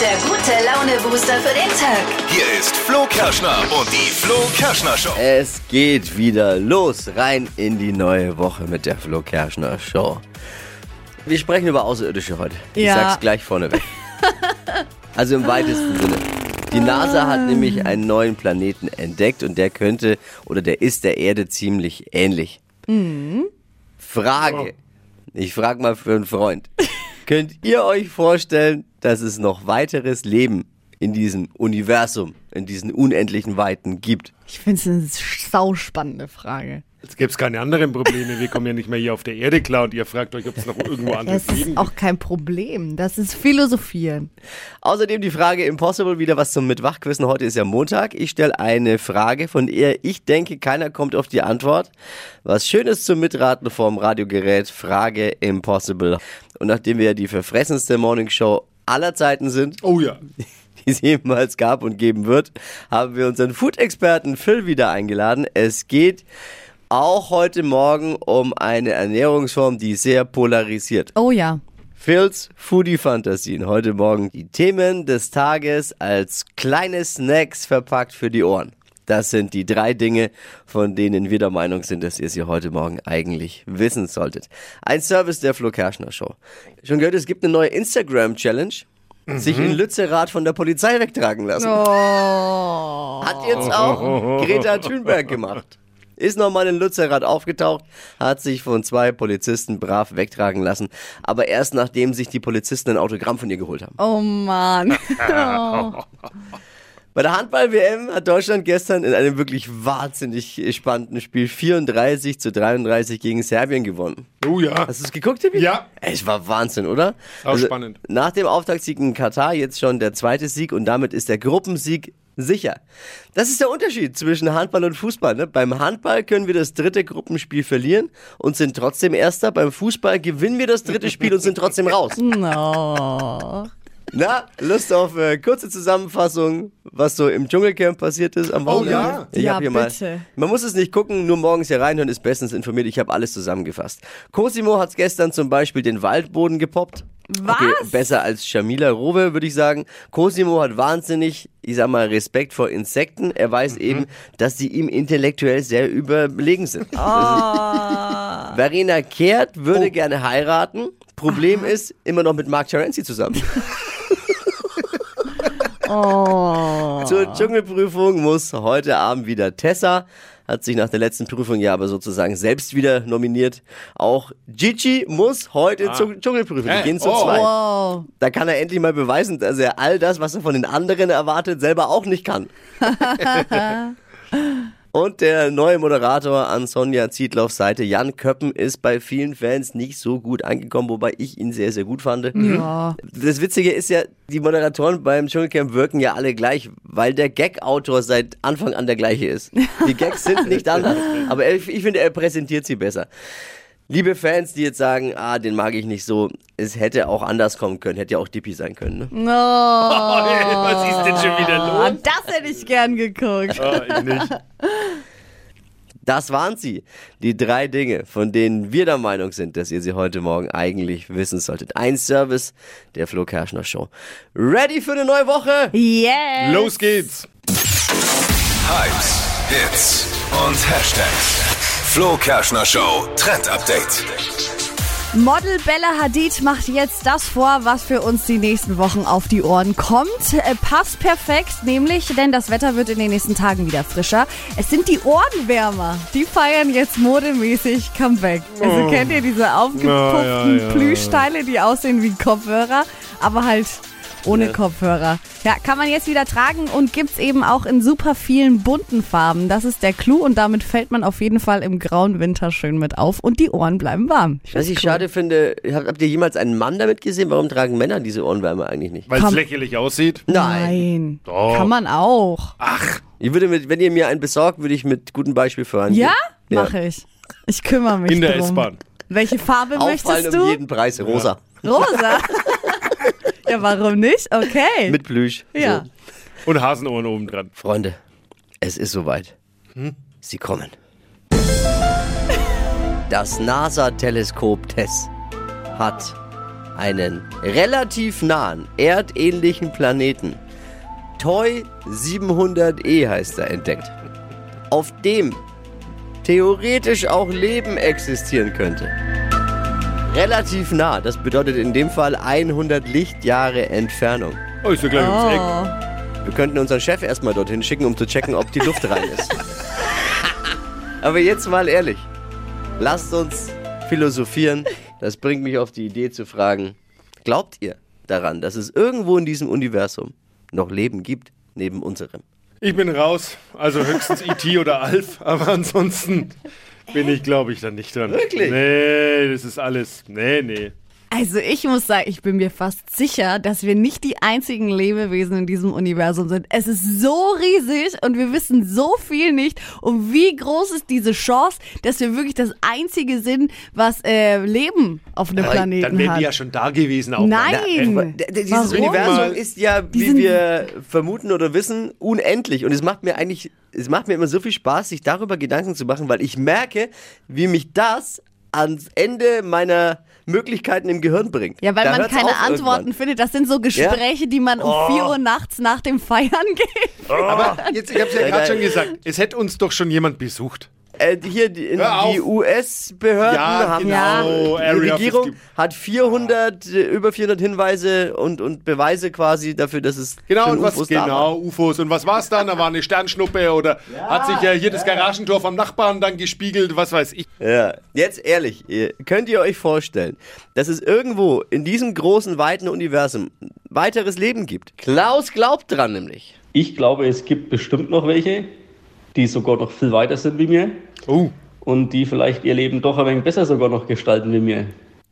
Der gute Laune-Booster für den Tag. Hier ist Flo Kerschner und die Flo Kerschner Show. Es geht wieder los, rein in die neue Woche mit der Flo Kerschner Show. Wir sprechen über Außerirdische heute. Ich Ja. sag's gleich vorneweg. also im weitesten Sinne. Die NASA hat nämlich einen neuen Planeten entdeckt und der könnte oder der ist der Erde ziemlich ähnlich. Frage. Ich frage mal für einen Freund. Könnt ihr euch vorstellen, dass es noch weiteres Leben in diesem Universum, in diesen unendlichen Weiten gibt? Ich finde es eine sauspannende Frage. Jetzt gäbe es keine anderen Probleme. Wir kommen ja nicht mehr hier auf der Erde klar und ihr fragt euch, ob es noch irgendwo anders Das ist gibt. auch kein Problem. Das ist Philosophieren. Außerdem die Frage Impossible, wieder was zum Mitwachquissen. Heute ist ja Montag. Ich stelle eine Frage, von der ich denke, keiner kommt auf die Antwort. Was Schönes zum Mitraten vom Radiogerät, Frage Impossible. Und nachdem wir ja die verfressenste Morningshow aller Zeiten sind, Oh ja. die es jemals gab und geben wird, haben wir unseren Food-Experten Phil wieder eingeladen. Es geht auch heute Morgen um eine Ernährungsform, die sehr polarisiert. Oh ja. Phil's Foodie Fantasien. Heute Morgen die Themen des Tages als kleine Snacks verpackt für die Ohren. Das sind die drei Dinge, von denen wir der Meinung sind, dass ihr sie heute Morgen eigentlich wissen solltet. Ein Service der Flo Kerschner Show. Schon gehört, es gibt eine neue Instagram-Challenge. Sich in Lützerath von der Polizei wegtragen lassen. Oh. Hat jetzt auch Greta Thunberg gemacht. Ist nochmal in Lützerath aufgetaucht, hat sich von zwei Polizisten brav wegtragen lassen, aber erst nachdem sich die Polizisten ein Autogramm von ihr geholt haben. Oh Mann. Bei der Handball-WM hat Deutschland gestern in einem wirklich wahnsinnig spannenden Spiel 34 zu 33 gegen Serbien gewonnen. Oh ja. Hast du es geguckt, Tibi? Ja. Es war Wahnsinn, oder? Also, Auch spannend. Nach dem Auftaktsieg in Katar jetzt schon der zweite Sieg und damit ist der Gruppensieg sicher. Das ist der Unterschied zwischen Handball und Fußball. Ne? Beim Handball können wir das dritte Gruppenspiel verlieren und sind trotzdem Erster. Beim Fußball gewinnen wir das dritte Spiel und sind trotzdem raus. No. Na, Lust auf äh, kurze Zusammenfassung, was so im Dschungelcamp passiert ist am Wochenende? ja. Ich Ja, hab hier mal, bitte. Man muss es nicht gucken, nur morgens hier reinhören ist bestens informiert. Ich habe alles zusammengefasst. Cosimo hat gestern zum Beispiel den Waldboden gepoppt. Was? besser als Shamila Rowe, würde ich sagen. Cosimo hat wahnsinnig, ich sag mal, Respekt vor Insekten. Er weiß eben, dass sie ihm intellektuell sehr überlegen sind. Verena Kehrt würde gerne heiraten. Problem ist, immer noch mit Mark Terenzi zusammen. Zur Dschungelprüfung muss heute Abend wieder Tessa. Hat sich nach der letzten Prüfung ja aber sozusagen selbst wieder nominiert. Auch Gigi muss heute zur Dschungelprüfung. Die Hä? gehen zu Oh. zweit. Oh. Da kann er endlich mal beweisen, dass er all das, was er von den anderen erwartet, selber auch nicht kann. Und der neue Moderator an Sonja Zietloffs Seite, Jan Köppen, ist bei vielen Fans nicht so gut angekommen, wobei ich ihn sehr, sehr gut fand. Ja. Das Witzige ist ja, die Moderatoren beim Dschungelcamp wirken ja alle gleich, weil der Gag-Autor seit Anfang an der gleiche ist. Die Gags sind nicht anders, aber er, ich finde, er präsentiert sie besser. Liebe Fans, die jetzt sagen, ah, den mag ich nicht so, es hätte auch anders kommen können, hätte ja auch Dippy sein können. Ne? No. Oh, was ist denn schon wieder los? Das hätte ich gern geguckt. Ah, ich nicht. Das waren sie. Die drei Dinge, von denen wir der Meinung sind, dass ihr sie heute Morgen eigentlich wissen solltet. Ein Service der Flo Kerschner Show. Ready für eine neue Woche? Yes. Los geht's. Hypes, Hits und Hashtags. Flo Kerschner Show Trend Update. Model Bella Hadid macht jetzt das vor, was für uns die nächsten Wochen auf die Ohren kommt. Äh, passt perfekt, nämlich, denn das Wetter wird in den nächsten Tagen wieder frischer. Es sind die Ohrenwärmer. Die feiern jetzt modemäßig Comeback. Also kennt ihr diese aufgepufften Oh. Ja, ja, ja. Plüschteile, die aussehen wie Kopfhörer, aber halt ohne Kopfhörer. Ja, kann man jetzt wieder tragen und gibt's eben auch in super vielen bunten Farben. Das ist der Clou und damit fällt man auf jeden Fall im grauen Winter schön mit auf und die Ohren bleiben warm. Was ich schade finde, habt, habt ihr jemals einen Mann damit gesehen? Warum tragen Männer diese Ohrenwärme eigentlich nicht? Weil es Komm. lächerlich aussieht. Nein. Doch. Ah, Kann man auch. Ich würde mit, wenn ihr mir einen besorgt, würde ich mit gutem Beispiel vorangehen. ja? Mache ich. Ich kümmere mich In der drum. S-Bahn. Welche Farbe Auffallen möchtest um du? jeden Preis, rosa. Rosa. ja, warum nicht? Okay. Mit Plüsch. ja. So. Und Hasenohren oben dran. Freunde, es ist soweit. Sie kommen. Das NASA-Teleskop TESS hat einen relativ nahen, erdähnlichen Planeten, TOI 700e E heißt er, entdeckt, auf dem theoretisch auch Leben existieren könnte. Relativ nah, das bedeutet in dem Fall 100 Lichtjahre Entfernung. Oh, ist ja gleich ums Eck. Oh. Wir könnten unseren Chef erstmal dorthin schicken, um zu checken, ob die Luft rein ist. Aber jetzt mal ehrlich, lasst uns philosophieren. Das bringt mich auf die Idee zu fragen, glaubt ihr daran, dass es irgendwo in diesem Universum noch Leben gibt, neben unserem? Ich bin raus. Also höchstens E.T. oder Alf, aber ansonsten bin ich, glaube ich, dann nicht dran. Wirklich? Nee, das ist alles. Nee, nee. Also ich muss sagen, ich bin mir fast sicher, dass wir nicht die einzigen Lebewesen in diesem Universum sind. Es ist so riesig und wir wissen so viel nicht. Und wie groß ist diese Chance, dass wir wirklich das Einzige sind, was äh, Leben auf einem Planeten dann wären hat? die ja schon da gewesen. Auch halt. Nein. Aber d- d- Dieses Warum? Universum ist ja, wie Diesen- wir vermuten oder wissen, unendlich. Und es macht mir eigentlich, es macht mir immer so viel Spaß, sich darüber Gedanken zu machen, weil ich merke, wie mich das ans Ende meiner Möglichkeiten im Gehirn bringt. ja, weil Da man hört's keine auf Antworten findet. Das sind so Gespräche, die man um Oh. 4 Uhr nachts nach dem Feiern geht. Aber jetzt, ich habe es ja Ja, gerade geil. schon gesagt, es hätte uns doch schon jemand besucht. Äh, hier die, in- Hör auf. die US-Behörden Ja, haben genau. die Area Regierung 50. hat 400 äh, über 400 Hinweise und, und Beweise quasi dafür, dass es Genau, schon und was, UFOs da waren. genau, UFOs. Und was war es dann? Da war eine Sternschnuppe oder hat sich ja hier das Garagentor vom Nachbarn dann gespiegelt, was weiß ich. Ja, jetzt ehrlich, ihr, könnt ihr euch vorstellen, dass es irgendwo in diesem großen, weiten Universum weiteres Leben gibt? Klaus glaubt dran nämlich. Ich glaube, es gibt bestimmt noch welche, die sogar noch viel weiter sind wie mir Oh, und die vielleicht ihr Leben doch ein wenig besser sogar noch gestalten wie mir.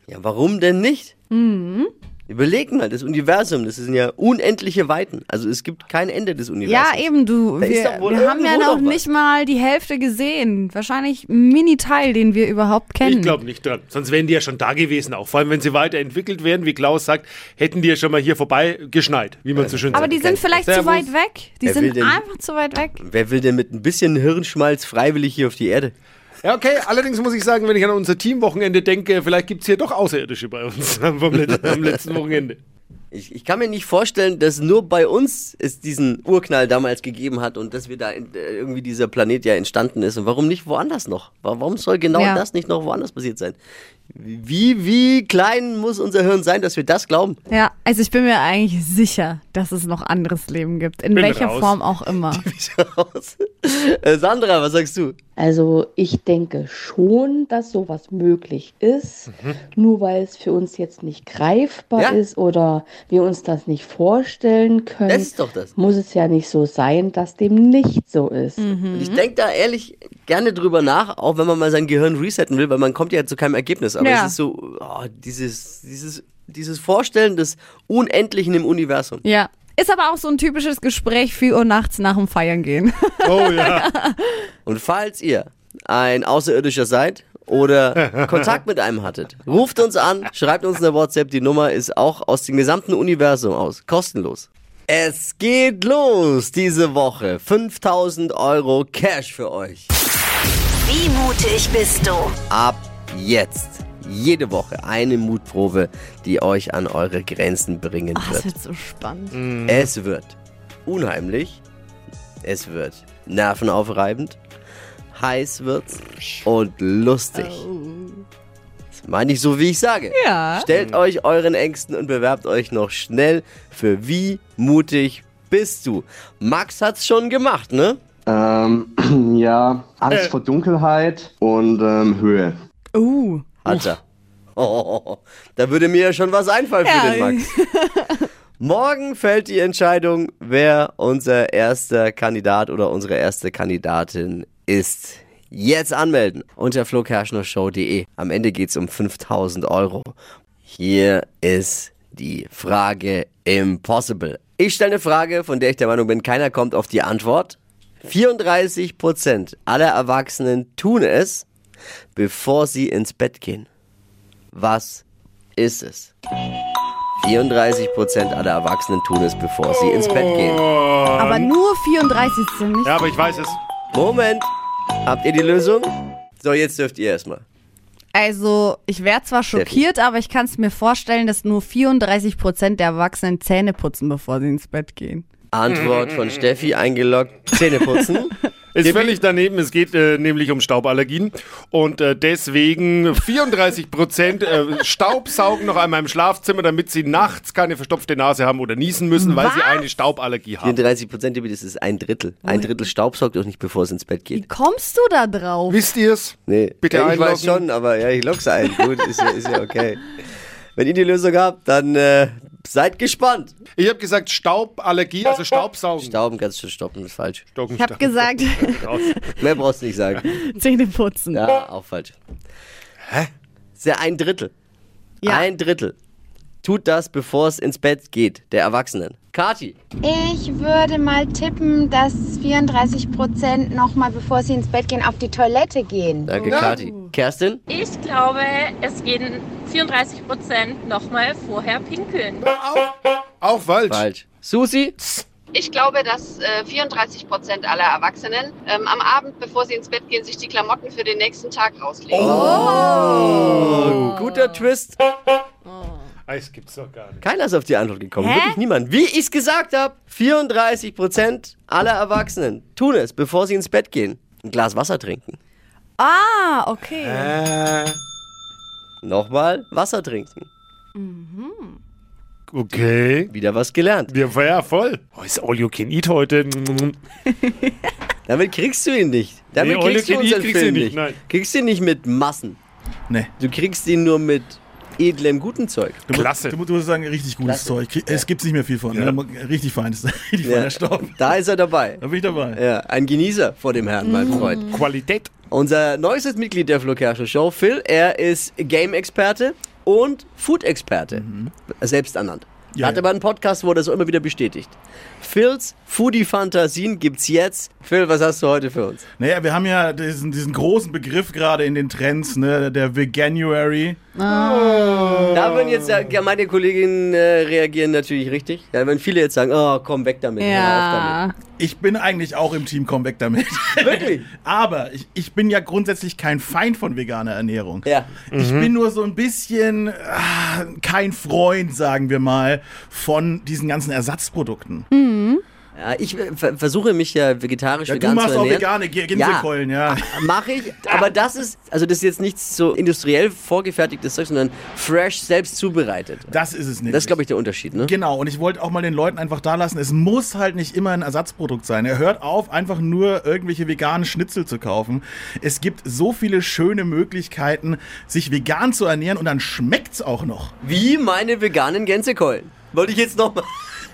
Ja, warum denn nicht? Mhm. Überlegt mal, das Universum, das sind ja unendliche Weiten. Also es gibt kein Ende des Universums. Ja, e- eben du. Da ist Wir, doch wohl wir haben ja irgendwo noch noch was. nicht mal die Hälfte gesehen. Wahrscheinlich ein Mini-Teil, den wir überhaupt kennen. ich glaube nicht dran. Sonst wären die ja schon da gewesen, auch vor allem, wenn sie weiterentwickelt wären, wie Klaus sagt, hätten die ja schon mal hier vorbei geschneit, wie man so schön Aber sagt. die sind vielleicht zu Servus. weit weg. Die Wer will sind denn- einfach zu weit weg. Wer will denn mit ein bisschen Hirnschmalz freiwillig hier auf die Erde? Ja, okay, allerdings muss ich sagen, wenn ich an unser Teamwochenende denke, vielleicht gibt es hier doch Außerirdische bei uns vom letzten, am letzten Wochenende. Ich, ich kann mir nicht vorstellen, dass nur bei uns es diesen Urknall damals gegeben hat und dass wir da in, äh, irgendwie dieser Planet ja entstanden ist. Und warum nicht woanders noch? Wa- Warum soll genau Ja. das nicht noch woanders passiert sein? Wie, wie klein muss unser Hirn sein, dass wir das glauben? Ja, also ich bin mir eigentlich sicher, dass es noch anderes Leben gibt. In Bin welcher raus. Form auch immer. Äh, Sandra, was sagst du? Also ich denke schon, dass sowas möglich ist, nur weil es für uns jetzt nicht greifbar Mhm. Ja. ist oder wir uns das nicht vorstellen können, Das ist doch das. muss es ja nicht so sein, dass dem nicht so ist. Mhm. Und Mhm. ich denke da ehrlich gerne drüber nach, auch wenn man mal sein Gehirn resetten will, weil man kommt ja zu keinem Ergebnis. Aber Ja. es ist so, oh, dieses, dieses, dieses Vorstellen des Unendlichen im Universum. Ja. Ist aber auch so ein typisches Gespräch, 4 Uhr nachts nach dem Feiern gehen. Oh ja. Und falls ihr ein Außerirdischer seid oder Kontakt mit einem hattet, ruft uns an, schreibt uns eine WhatsApp. Die Nummer ist auch aus dem gesamten Universum aus. Kostenlos. Es geht los diese Woche. 5000 Euro Cash für euch. Wie mutig bist du? Ab jetzt. Jede Woche eine Mutprobe, die euch an eure Grenzen Oh, bringen Ach, das wird. wird so spannend. Es wird unheimlich. Es wird nervenaufreibend. Heiß wird's und lustig. Das meine ich so, wie ich sage. Ja. Stellt euch euren Ängsten und bewerbt euch noch schnell für wie mutig bist du. Max hat's schon gemacht, ne? Ähm, ja, Äh. Angst vor Dunkelheit und ähm, Höhe. Hm. Uh. Hat er. Oh, da würde mir ja schon was einfallen für Ja. den Max. Morgen fällt die Entscheidung, wer unser erster Kandidat oder unsere erste Kandidatin ist. Jetzt anmelden unter flokerschnershow.de. Am Ende geht es um 5000 Euro. Hier ist die Frage Impossible. Ich stelle eine Frage, von der ich der Meinung bin, keiner kommt auf die Antwort. 34% aller Erwachsenen tun es, bevor sie ins Bett gehen. Was ist es? 34% aller Erwachsenen tun es, bevor sie ins Bett gehen. Oh. Aber Ähm. nur 34 sind nicht. Ja, aber ich weiß es. Moment! Habt ihr die Lösung? So, jetzt dürft ihr erstmal. Also, ich wäre zwar schockiert, aber ich kann es mir vorstellen, dass nur 34 Prozent der Erwachsenen Zähne putzen, bevor sie ins Bett gehen. Antwort von Steffi eingeloggt. Zähne putzen. Ist völlig daneben. Es geht äh, nämlich um Stauballergien. Und äh, deswegen 34 Prozent äh, Staubsaugen noch einmal im Schlafzimmer, damit sie nachts keine verstopfte Nase haben oder niesen müssen, weil sie eine Stauballergie haben. 34 Prozent, das ist ein Drittel. Ein Drittel staubsaugt auch nicht, bevor es ins Bett Wie geht. kommst du da drauf? Wisst ihr's? Nee, Bitte ja, ich einloggen. weiß schon, aber ja, ich lock's ein. Gut, ist ja, ist ja okay. Wenn ihr die Lösung habt, dann äh, seid gespannt. Ich habe gesagt Stauballergie, also Staubsaugen. Stauben kannst du stoppen, ist falsch. Stocken, Ich habe gesagt, Mehr brauchst du nicht sagen. Zähne putzen. Ja, auch falsch. Hä? Ist ja ein Drittel. Ja. Ein Drittel. Tut das, bevor es ins Bett geht, der Erwachsenen. Kati, Ich würde mal tippen, dass 34 Prozent nochmal, bevor sie ins Bett gehen, auf die Toilette gehen. danke Kati. Uh. Kerstin, Ich glaube, es gehen 34 Prozent nochmal vorher pinkeln. Auch falsch. falsch. Susi, Ich glaube, dass äh, 34 Prozent aller Erwachsenen ähm, am Abend, bevor sie ins Bett gehen, sich die Klamotten für den nächsten Tag Oh. rauslegen. Oh, guter Twist. Das gibt's doch gar nicht. Keiner ist auf die Antwort gekommen, Hä? wirklich niemand. Wie ich es gesagt habe, 34 Prozent aller Erwachsenen tun es, bevor sie ins Bett gehen. Ein Glas Wasser trinken. Ah, okay. Äh, Nochmal Wasser trinken. Okay. Wieder was gelernt. Wir war ja voll. Oh, ist all you can eat heute. Damit kriegst du ihn nicht. Damit Nee, Ole kriegst du Kid unseren kriegst Film ihn nicht, nicht. nein. Kriegst ihn nicht mit Massen. Nee. Du kriegst ihn nur mit edlem guten Zeug. Klasse. Du, musst- du musst sagen, richtig gutes Zeug. Krie- Es gibt nicht mehr viel von. Ne? Richtig feines. Richtig feiner Staub. Da ist er dabei. Da bin ich dabei. Ja, ein Genießer vor dem Herrn, mein Freund. Qualität. Unser neuestes Mitglied der Flo Kerschner Show, Phil, er ist Game-Experte und Food-Experte. Selbst ernannt. Mhm. Ja, Hatte ja. aber einen Podcast, wo das auch immer wieder bestätigt. Phils Foodie-Fantasien gibt's jetzt. Phil, was hast du heute für uns? Naja, wir haben ja diesen, diesen großen Begriff gerade in den Trends, ne? Der Veganuary. Da würden jetzt ja Oh. meine Kolleginnen äh, reagieren natürlich richtig. Da würden viele jetzt sagen, oh, komm weg damit. hör auf Ja. Ich bin eigentlich auch im Team Comeback damit. damit. Wirklich? Aber ich, ich bin ja grundsätzlich kein Feind von veganer Ernährung. Ja. Mhm. Ich bin nur so ein bisschen ah, kein Freund, sagen wir mal, von diesen ganzen Ersatzprodukten. Ja, ich äh, ver versuche mich ja vegetarisch Ja, du vegan machst zu auch ernähren. vegane Ge- Gänsekeulen, ja. Mache ich, aber das ist, also das ist jetzt nichts so industriell vorgefertigtes Zeug, sondern fresh selbst zubereitet. Das ist es nicht. Das ist, glaube ich, der Unterschied, ne? Genau, und ich wollte auch mal den Leuten einfach da lassen, es muss halt nicht immer ein Ersatzprodukt sein. Er hört auf, einfach nur irgendwelche veganen Schnitzel zu kaufen. Es gibt so viele schöne Möglichkeiten, sich vegan zu ernähren und dann schmeckt's auch noch. Wie meine veganen Gänsekeulen. Wollte ich jetzt nochmal.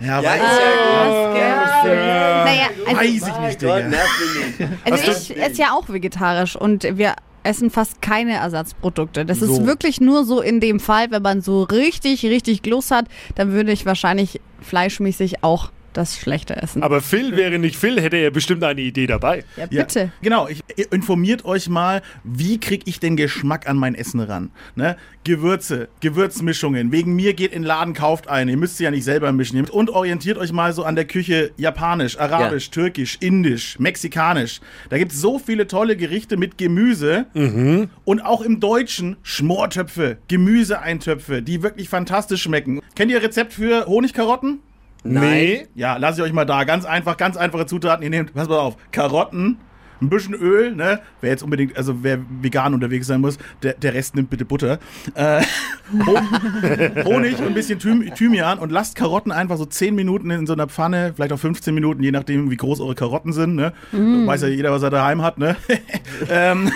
Ja, Ja, Oh weiß, ist Naja, also, weiß ich nicht, Digga. also ich esse ja auch vegetarisch und wir essen fast keine Ersatzprodukte. Das ist So. wirklich nur so in dem Fall, wenn man so richtig, richtig Lust hat, dann würde ich wahrscheinlich fleischmäßig auch das Schlechte essen. Aber Phil wäre nicht Phil, hätte er bestimmt eine Idee dabei. ja, Ja, bitte. Genau, ich, ihr informiert euch mal, wie kriege ich den Geschmack an mein Essen ran. Ne? Gewürze, Gewürzmischungen. Wegen mir geht in den Laden, kauft eine. Ihr müsst sie ja nicht selber mischen. Und orientiert euch mal so an der Küche japanisch, arabisch, türkisch, indisch, mexikanisch. Da gibt es so viele tolle Gerichte mit Gemüse. Mhm. Und auch im Deutschen Schmortöpfe, Gemüseeintöpfe, die wirklich fantastisch schmecken. Kennt ihr Rezept für Honigkarotten? Nee. Ja, lasse ich euch mal da. Ganz einfach, ganz einfache Zutaten. Ihr nehmt, pass mal auf, Karotten, ein bisschen Öl, ne? Wer jetzt unbedingt, also wer vegan unterwegs sein muss, der, der Rest nimmt bitte Butter. Äh, Hon- Honig und ein bisschen Thym Thymian und lasst Karotten einfach so 10 Minuten in so einer Pfanne, vielleicht auch 15 Minuten, je nachdem, wie groß eure Karotten sind, ne? Weiß ja jeder, was er daheim hat, ne? ähm,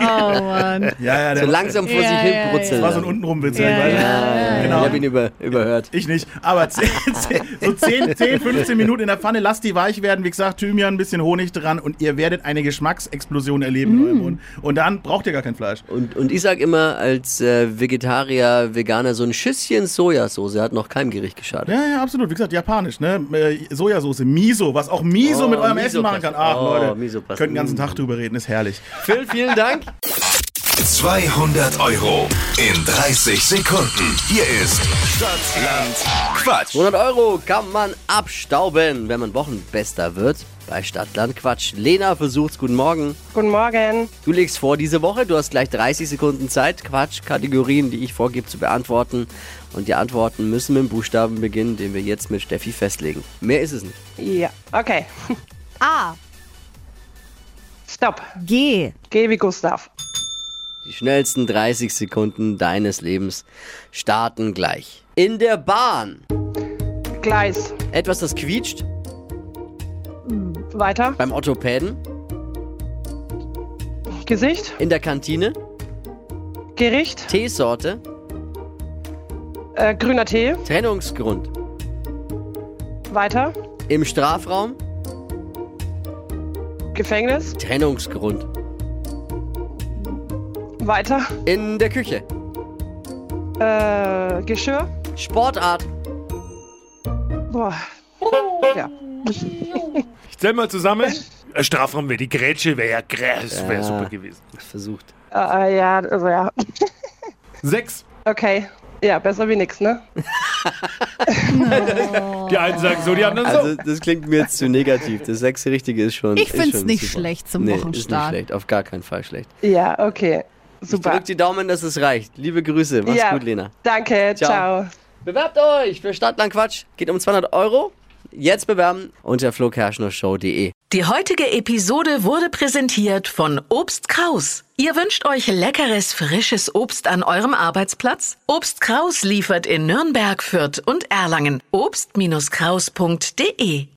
Oh Mann. ja, ja, der So langsam vor Ja, sich ja, hin ja. brutzeln. Das war so ein lassen. Untenrumwitzel. weißt du? genau. Ich habe ihn über, überhört. Ich nicht, aber 10, 10, so 10, 10, 15 Minuten in der Pfanne, lasst die weich werden. Wie gesagt, Thymian, ein bisschen Honig dran und ihr werdet eine Geschmacksexplosion Mm. erleben in eurem Mund. Und dann braucht ihr gar kein Fleisch. Und, und ich sag immer, als äh, Vegetarier, Veganer, so ein Schüsschen Sojasauce hat noch keinem Gericht geschadet. Ja, ja, absolut. Wie gesagt, japanisch, ne? Äh, Sojasauce, Miso, was auch Miso Oh, mit eurem Miso Essen machen passt. kann. Ach, Oh, Leute, Miso passt. könnt den ganzen Mm. Tag drüber reden, ist herrlich. Phil, vielen Dank. 200 Euro in 30 Sekunden. Hier ist Stadtland Quatsch. 100 Euro kann man abstauben, wenn man Wochenbester wird. Bei Stadtland Quatsch. Lena versucht's. Guten Morgen. Guten Morgen. Du legst vor diese Woche. Du hast gleich 30 Sekunden Zeit, Quatsch-Kategorien, die ich vorgebe, zu beantworten. Und die Antworten müssen mit dem Buchstaben beginnen, den wir jetzt mit Steffi festlegen. Mehr ist es nicht. Ja, okay. A. Stopp. G. Geh wie Gustav. Die schnellsten 30 Sekunden deines Lebens starten gleich. In der Bahn. Gleis. Etwas, das quietscht. Weiter. Beim Orthopäden. Gesicht. In der Kantine. Gericht. Teesorte. Äh, grüner Tee. Trennungsgrund. Weiter. Im Strafraum. Gefängnis. Trennungsgrund. Weiter. In der Küche. Äh, Geschirr. Sportart. Boah. Ja. Ich zähl mal zusammen. Äh, Strafraum wäre die Grätsche, wäre ja Gräs, wäre super gewesen. Versucht. Äh, äh, ja, also ja. Sechs. Okay. Ja, besser wie nix, ne? Die einen sagen so, die anderen so. Also, das klingt mir jetzt zu negativ. Das sechste Richtige ist schon. Ich ist find's schon nicht schlecht zum nee, Ist nicht Wochenstart. schlecht, auf gar keinen Fall schlecht. Ja, okay. Ich Super. drück die Daumen, dass es reicht. Liebe Grüße. Mach's ja. gut, Lena. Danke, Ciao. ciao. Bewerbt euch für Stadtland Quatsch. Geht um 200 Euro. Jetzt bewerben unter flokerschnershow.de. Die heutige Episode wurde präsentiert von Obst Kraus. Ihr wünscht euch leckeres, frisches Obst an eurem Arbeitsplatz? Obst Kraus liefert in Nürnberg, Fürth und Erlangen. Obst-Kraus.de